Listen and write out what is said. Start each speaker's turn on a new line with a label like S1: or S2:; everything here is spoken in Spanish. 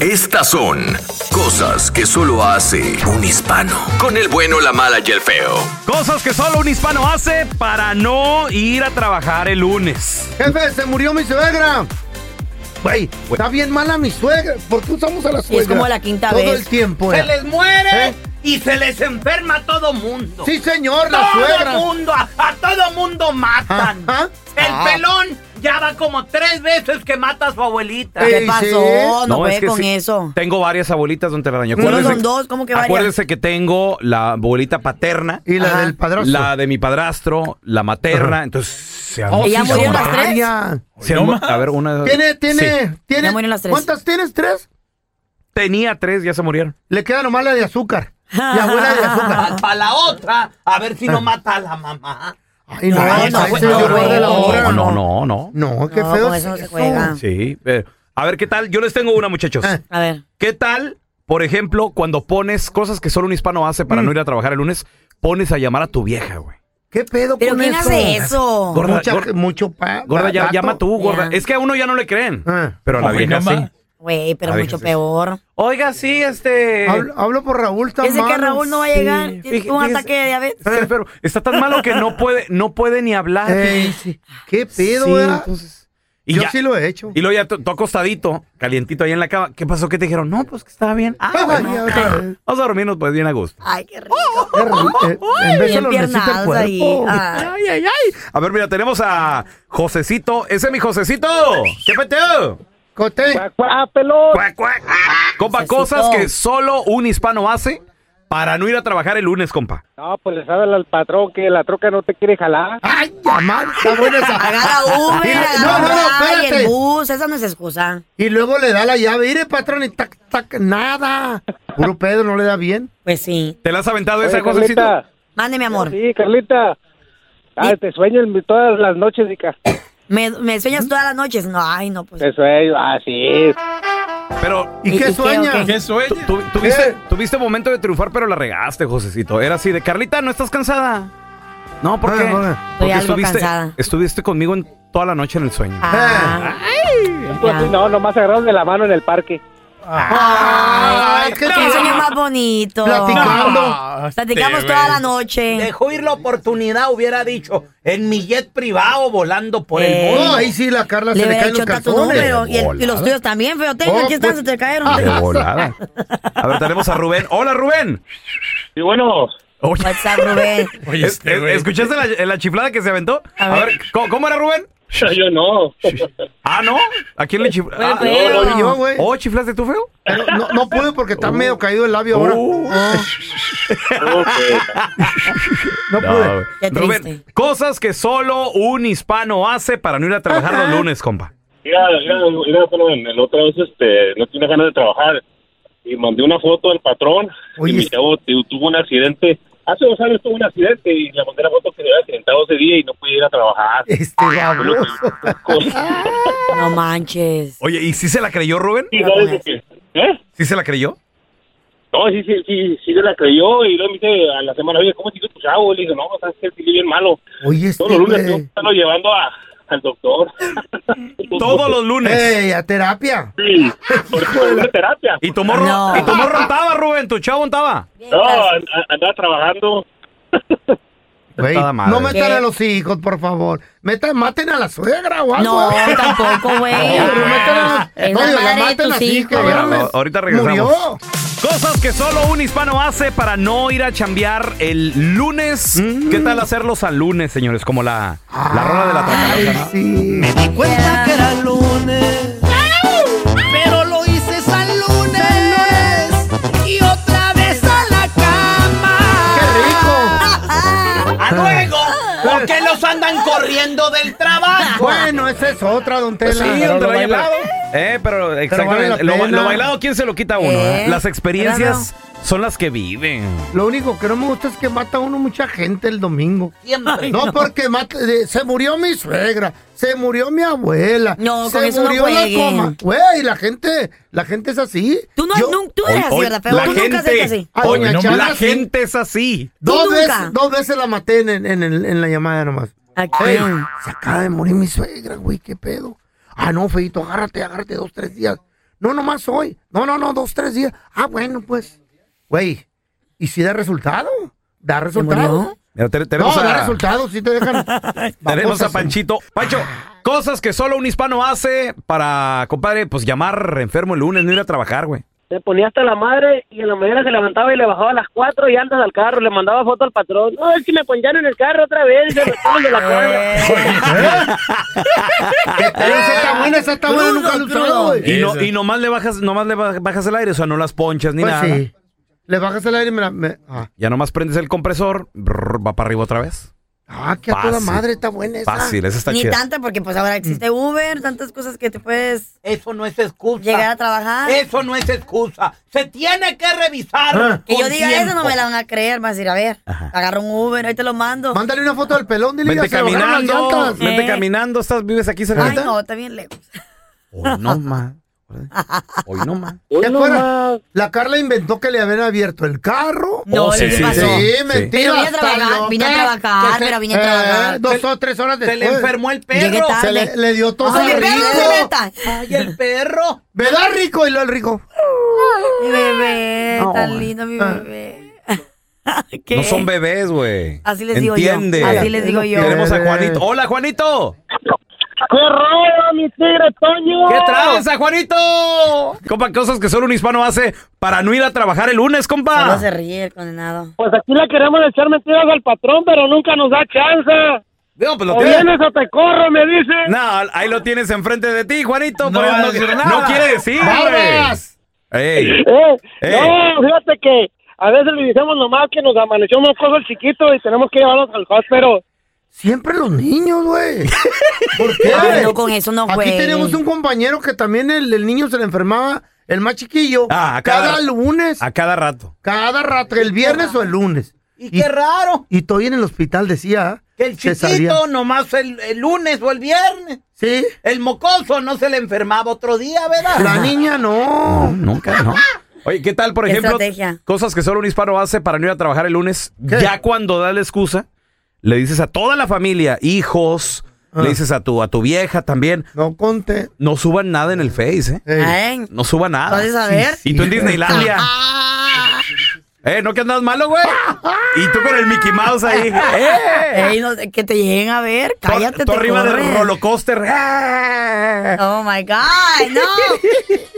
S1: Estas son cosas que solo hace un hispano. Con el bueno, la mala y el feo.
S2: Cosas que solo un hispano hace para no ir a trabajar el lunes.
S3: Jefe, se murió mi suegra. Güey, está bien mala mi suegra. ¿Por qué usamos a la
S4: Y
S3: suegra?
S4: es como la quinta
S3: Todo
S4: vez.
S3: el tiempo.
S5: Se
S3: era.
S5: les muere
S3: ¿Eh?
S5: y se les enferma a todo mundo.
S3: Sí, señor, la
S5: todo
S3: suegra.
S5: mundo, a, a todo mundo matan.
S3: Ajá.
S5: El
S3: Ah.
S5: pelón ya va como tres veces que mata a su abuelita.
S3: Eh,
S4: ¿Qué
S3: Sí,
S4: pasó?
S3: sí.
S4: No,
S2: es
S4: ve
S2: que
S4: con
S2: sí,
S4: eso.
S2: Tengo varias abuelitas, don Telaraño.
S4: Uno
S2: Acuérdese-
S4: son dos, ¿cómo que varias?
S2: Acuérdese que tengo la abuelita paterna,
S3: Y la
S4: Ajá.
S3: del padrastro.
S2: la de mi padrastro, la materna. Entonces, se han-
S3: Oh,
S4: ¿Ella
S3: sí,
S4: murió
S3: son
S4: a las tres?
S3: varias.
S2: se han- A ver, una.
S3: Tiene,
S2: Sí.
S3: tiene, tiene.
S4: Ya murieron las tres.
S3: ¿Cuántas tienes? ¿Tres?
S2: Tenía tres, ya se murieron.
S3: Le queda nomás la de azúcar. La abuela de azúcar.
S5: Para la otra, a ver si no mata a la mamá.
S3: Ay, no,
S4: No,
S3: ahí
S4: no,
S3: se
S4: pues,
S3: lloró
S4: no,
S3: de la
S4: güey.
S3: hora.
S2: No, Oh, no, no, no.
S3: No, qué
S4: No,
S3: feo.
S4: con
S3: es
S4: eso no se juega.
S2: Sí. eh, a ver, ¿qué tal? Yo les tengo una, muchachos.
S3: Eh.
S4: A ver.
S2: ¿Qué tal, por ejemplo, cuando pones cosas que solo un hispano hace
S3: Mm.
S2: para no ir a trabajar el lunes, pones a llamar a tu vieja, güey?
S3: ¿Qué pedo
S4: ¿Pero
S3: con
S4: quién
S3: eso?
S4: hace eso?
S2: Gorda,
S3: Mucha-
S2: gorda-
S3: mucho pa.
S2: Gorda, ya-
S3: dato.
S2: llama tú, gorda.
S4: Ya.
S2: Es que a uno ya no le creen.
S3: Eh.
S2: Pero a la
S6: Ay, no
S2: vieja sí.
S6: más.
S4: Güey, pero
S2: A ver,
S4: mucho
S2: ¿qué es eso?
S4: peor.
S2: Oiga, sí, este.
S3: Hablo, hablo por Raúl también.
S4: Dice que Raúl no va a llegar.
S2: Sí.
S4: Tiene un
S2: Fíjese-
S4: ataque de diabetes.
S3: Eh.
S2: Está enfermo. Está tan malo que no puede, no puede ni hablar.
S3: Ey, Eh, sí. ¿Qué pedo,
S2: Sí,
S3: verdad?
S2: entonces- Y
S3: Yo
S2: ya-
S3: sí lo he hecho.
S2: Y luego ya tú tú acostadito, calientito ahí en la cama. ¿Qué pasó? ¿Qué te dijeron? No, pues que estaba bien. Ah,
S3: Ay,
S2: bueno.
S3: ya otra vez.
S2: Vamos a dormirnos pues bien a gusto.
S4: Ay, qué rico.
S3: Qué rico. Eh, En vez de
S4: Bien
S3: lo necesita el
S4: piernadas ahí.
S3: cuerpo.
S4: Ah.
S2: Ay, ay, ay. A ver, mira, tenemos a Josecito. Ese es mi Josecito. ¿Qué peteo?
S3: Cote.
S2: Cuac, cuac. Compa,
S4: Josecito.
S2: cosas que solo un hispano hace para no ir a trabajar el lunes, compa.
S7: No, pues le sabe al patrón que la troca no te quiere jalar.
S3: Ay, ya madre, está buena esa.
S4: Agarra Uber,
S3: Mira,
S4: agarra
S3: no, no, no,
S4: Uber, y
S3: espérate.
S4: el bus. Esa no es excusa.
S3: Y luego le da la llave, mire, patrón, y tac, tac, nada. Puro pedo, no le da bien.
S4: Pues sí.
S2: ¿Te la has aventado
S7: Oye,
S2: esa, Josecito?
S7: Carlita.
S4: Mande, mi amor.
S7: Sí, Carlita. Ay, te sueño en mi- todas las noches, hija.
S4: ¿Me, me sueñas todas las noches? No, ay, no, pues.
S7: Te sueño, Ah, así es.
S2: Pero
S3: ¿Y,
S4: ¿Y- y
S3: qué
S4: qué,
S3: sueña?
S4: o qué?
S6: ¿Qué sueño?
S2: tú- tú- tuviste,
S3: Eh.
S2: tuviste momento de triunfar, pero la regaste, Josecito. Era así de, Carlita, ¿no estás cansada? No, ¿por
S3: Ah,
S2: qué?
S3: bueno.
S4: Estoy algo
S2: estuviste,
S4: cansada.
S2: estuviste conmigo en toda la noche en el sueño.
S4: Ah,
S7: Tú así, Pues no, nomás agarraron de la mano en el parque.
S3: Ay, qué
S4: qué sueño
S3: sueño.
S4: más bonito.
S3: Platicando.
S4: Platicamos
S6: Este,
S4: toda la
S6: güey.
S4: noche.
S5: Dejó ir la oportunidad, hubiera dicho, en mi jet privado volando por
S4: Eh.
S5: el mundo.
S3: No, ahí sí la Carla
S4: Le
S3: se le
S4: hubiera
S3: caen
S4: dicho
S3: los
S4: "Está tu
S3: calzones.
S4: número. Y, el- y los tuyos también, feo. Tengo,
S3: Oh,
S4: aquí están,
S3: pues.
S4: se te cayeron.
S2: De volada. A ver, tenemos a Rubén. Hola, Rubén.
S7: Y bueno,
S2: Oye,
S4: What's up, Rubén?
S6: Oye,
S2: es-
S6: este,
S2: es-
S6: güey.
S2: ¿escuchaste la, la chiflada que se aventó? A
S4: A
S2: ver,
S4: ver.
S2: ¿cómo, cómo era Rubén?
S7: yo no.
S2: Ah, ¿no? ¿A quién le chiflaste?
S4: Fue feo.
S3: No, ni yo, güey.
S2: ah, ¿Oh, chiflaste tú, feo?
S3: No, no pude porque está medio caído el labio ahora.
S2: Oh.
S3: No pude.
S4: Qué triste.
S2: Rubén, cosas que solo un hispano hace para no ir a trabajar los lunes, compa.
S7: Mira, mira, mira, perdón, el otra vez este, no tiene ganas de trabajar. Y mandé una foto del patrón.
S3: Oye,
S7: y mi
S3: es-
S7: chavo tu- tuvo un accidente. Hace dos años tuvo un accidente y le mandé la foto que le había accidentado ese día y no pude ir a trabajar.
S3: Este
S5: Ah,
S3: baboso.
S4: No manches.
S2: Oye, ¿y si se la creyó, Rubén?
S7: Sí, ¿sabes de qué? ¿Eh?
S2: ¿Sí se la creyó?
S7: No, sí, sí, sí, sí se la creyó y luego me dice a la semana, oye, ¿cómo sigue tu chavo? Le digo, no, pues, sabes que sigue bien malo.
S3: Oye, este
S7: Todos los lunes
S3: güey.
S7: están llevando a, al doctor. Pues
S2: Todos los lunes.
S3: Ey, a terapia.
S7: Sí, por, por una terapia.
S2: Y tu morro,
S4: No.
S2: y tu morro andaba, Rubén, tu chavo andaba.
S7: No, an- an- andaba trabajando.
S3: Güey,
S2: Toda madre.
S3: no metan
S4: ¿Qué?
S3: a los hijos, por favor. Metan, maten a la suegra o algo.
S4: No, tampoco, güey.
S3: No, no metan a-
S4: Es
S3: no,
S4: la
S3: digo, la
S4: madre de
S3: maten
S4: tus
S3: así, que
S4: hijos.
S3: ya me-
S2: Ahorita regresamos.
S3: Murió.
S2: Cosas que solo un hispano hace para no ir a chambear el lunes. ¿Qué tal hacerlos al lunes, señores? Como la, la rola de la
S3: Ay,
S2: traca.
S3: sí.
S5: cuenta que era lunes. Pero lo hice al lunes. Y otra vez a la
S3: ¡Qué
S5: cama.
S3: rico!
S4: Ah,
S5: ¡A luego! ¿Por qué los andan corriendo del trabajo?
S3: Bueno, esa es otra, don
S4: Pues
S3: Tela.
S2: Sí,
S3: Pero
S2: donde
S3: lo
S2: la haya-
S3: bailado.
S2: Eh, pero
S3: vale
S2: exactamente.
S3: la
S2: lo,
S3: pena.
S2: lo bailado, ¿quién se lo quita a uno?
S4: Eh,
S2: Las experiencias son las que viven.
S3: Lo único que no me gusta es que mata a uno mucha gente el domingo.
S5: Siempre.
S3: No, porque mata- de- se murió mi suegra, se murió mi abuela,
S4: No,
S3: se
S4: con eso no
S3: murió la
S4: jueguen.
S3: coma. Güey, la gente, la gente es así.
S4: Tú no,
S3: Yo-
S4: nun- tú no eres así,
S2: Hoy-
S4: ¿verdad, feo?
S2: la
S4: Tú nunca has
S2: gente-
S4: hecho así.
S3: A doña
S2: hoy no,
S3: Chana
S2: la
S3: sí.
S2: gente es así.
S3: Dos
S4: tú
S3: veces,
S4: nunca.
S3: dos veces la maté en, en- en el- en la llamada nomás.
S4: ¿A
S3: Ey,
S4: quién?
S3: Ah, se acaba de morir mi suegra, güey, qué pedo. Ah, no, feito, agárrate, agárrate dos, tres días. No, nomás hoy. No, no, no, dos, tres días. Ah, bueno, pues. Güey, ¿y si da resultado? ¿Da resultado?
S4: murió?
S2: Mira, te-
S3: No,
S2: tenemos
S3: da
S2: a,
S3: resultado, sí te dejan.
S2: tenemos
S3: Vamos
S2: a
S3: hacer-
S2: Panchito. Pancho, cosas que solo un hispano hace para, compadre, pues llamar enfermo el lunes, no ir a trabajar, güey.
S7: Se ponía hasta la madre y en la mañana se levantaba y le bajaba a las cuatro y antes al carro, le mandaba foto al patrón. No, es que me poncharon el carro otra vez, se me ponen de la cuadra.
S3: Esa está buena, esa está buena, nunca lo he
S4: Crudo,
S3: usado, güey.
S2: Y, no, y nomás le bajas, nomás le ba- bajas el aire, o sea, no las ponchas ni
S3: Pues
S2: nada.
S3: sí. Le bajas el aire y me la. me- ah.
S2: Ya nomás prendes el compresor, brr, va para arriba otra vez.
S3: Ah, que a toda
S2: Fácil.
S3: madre está buena esa.
S2: Fácil, esa está
S4: Ni
S2: chida.
S4: tanta, porque pues ahora existe Uber, tantas cosas que te puedes
S5: Eso no es excusa.
S4: llegar a trabajar.
S3: Eh,
S5: Eso no es excusa. Se tiene que revisar.
S3: Ah.
S4: Que yo
S5: con
S4: diga
S5: tiempo.
S4: eso no me la van a creer, vas a ir a ver. Agarra un Uber, ahí te lo mando.
S3: Mándale una foto del pelón, dile
S2: Vente
S3: ya se bajaron las
S2: caminando,
S3: llantas.
S2: vente
S4: Eh.
S2: caminando, estás, vives aquí
S4: Ay,
S2: cerquita.
S4: no, está bien lejos.
S2: Hoy no más. Hoy no más.
S3: Ya
S7: Hoy
S3: fuera.
S7: nomás.
S3: La Carla inventó que le habían abierto el carro.
S4: No,
S2: Oh, sí,
S4: ¿qué
S2: sí,
S4: pasó?
S2: sí.
S4: Pero vine a
S3: está
S4: trabajar,
S3: loca.
S4: vine a trabajar,
S3: Que se- eh,
S4: pero vine a trabajar.
S3: dos o tres horas
S5: Se
S3: después.
S5: le enfermó el
S4: Llegué
S5: perro.
S4: tarde.
S3: Se le, le dio todo
S4: Oye,
S3: al
S4: pero no se
S3: rico.
S4: metan.
S5: Ay, el perro.
S3: ¿Verdad, rico? Y lo el rico. Ah.
S4: Mi bebé,
S3: No,
S4: tan
S3: güey.
S4: lindo mi
S3: Ah.
S4: bebé. ¿Qué?
S2: No son bebés, güey.
S4: Así les digo yo,
S2: Entiende.
S4: así les digo yo.
S2: Tenemos a Juanito. Hola, Juanito.
S7: ¡Qué rollo, mi tigre Toño!
S2: ¿Qué traes, a Juanito? Compa, cosas que solo un hispano hace para no ir a trabajar el lunes,
S4: Solo
S3: Ah.
S2: compa.
S4: se ríe el condenado.
S7: Pues aquí le queremos echar mentiras al patrón, pero nunca nos da chance.
S2: No, pues lo
S7: O
S2: tienes.
S7: vienes o te corro, me dice.
S2: No, ahí lo tienes enfrente de ti, Juanito.
S5: No
S2: por eso
S5: va a decir nada.
S2: no quiere decir, güey.
S3: ¡Barbas!
S2: Ey.
S7: Eh,
S2: Eh.
S7: No, fíjate que a veces le decimos nomás que nos amaneció una cosa el chiquito y tenemos que llevarlos al hospital.
S3: Siempre los niños, güey. ¿Por qué?
S4: Ay, no, con eso no
S3: Aquí
S4: juegues.
S3: tenemos un compañero que también el, el niño se le enfermaba, el más chiquillo,
S2: Ah, a cada-
S3: cada, lunes,
S2: A cada rato.
S3: cada rato, el viernes o el lunes.
S5: Y qué raro.
S3: Y estoy en el hospital, decía.
S5: Que el
S3: se salía.
S5: chiquito nomás el, el lunes o el viernes.
S3: Sí.
S5: El mocoso no se le enfermaba otro día, ¿verdad?
S3: La niña no.
S2: Nunca, ¿no? Oye, ¿qué tal, por
S4: Qué
S2: ejemplo,
S4: estrategia.
S2: cosas que solo un hispano hace para no ir a trabajar el lunes?
S3: ¿Qué?
S2: Ya cuando da la excusa, le dices a toda la familia, hijos,
S3: Ah.
S2: le dices a tu, a tu vieja también,
S3: No conté.
S2: no suban nada en el Face, ¿eh?
S3: Ey. Ah,
S4: Ay,
S2: No suba nada.
S4: Entonces, a ver.
S2: Y tú en Disneylandia. Eh, ¿no que andas malo, güey? Y tú con el Mickey Mouse ahí. ¡Eh!
S4: ey, no sé, que te lleguen a ver,
S2: Tú- Tú
S4: cállate. te
S2: arriba del
S4: corren.
S2: rollercoaster. ¡Eh!
S4: Oh my God, no.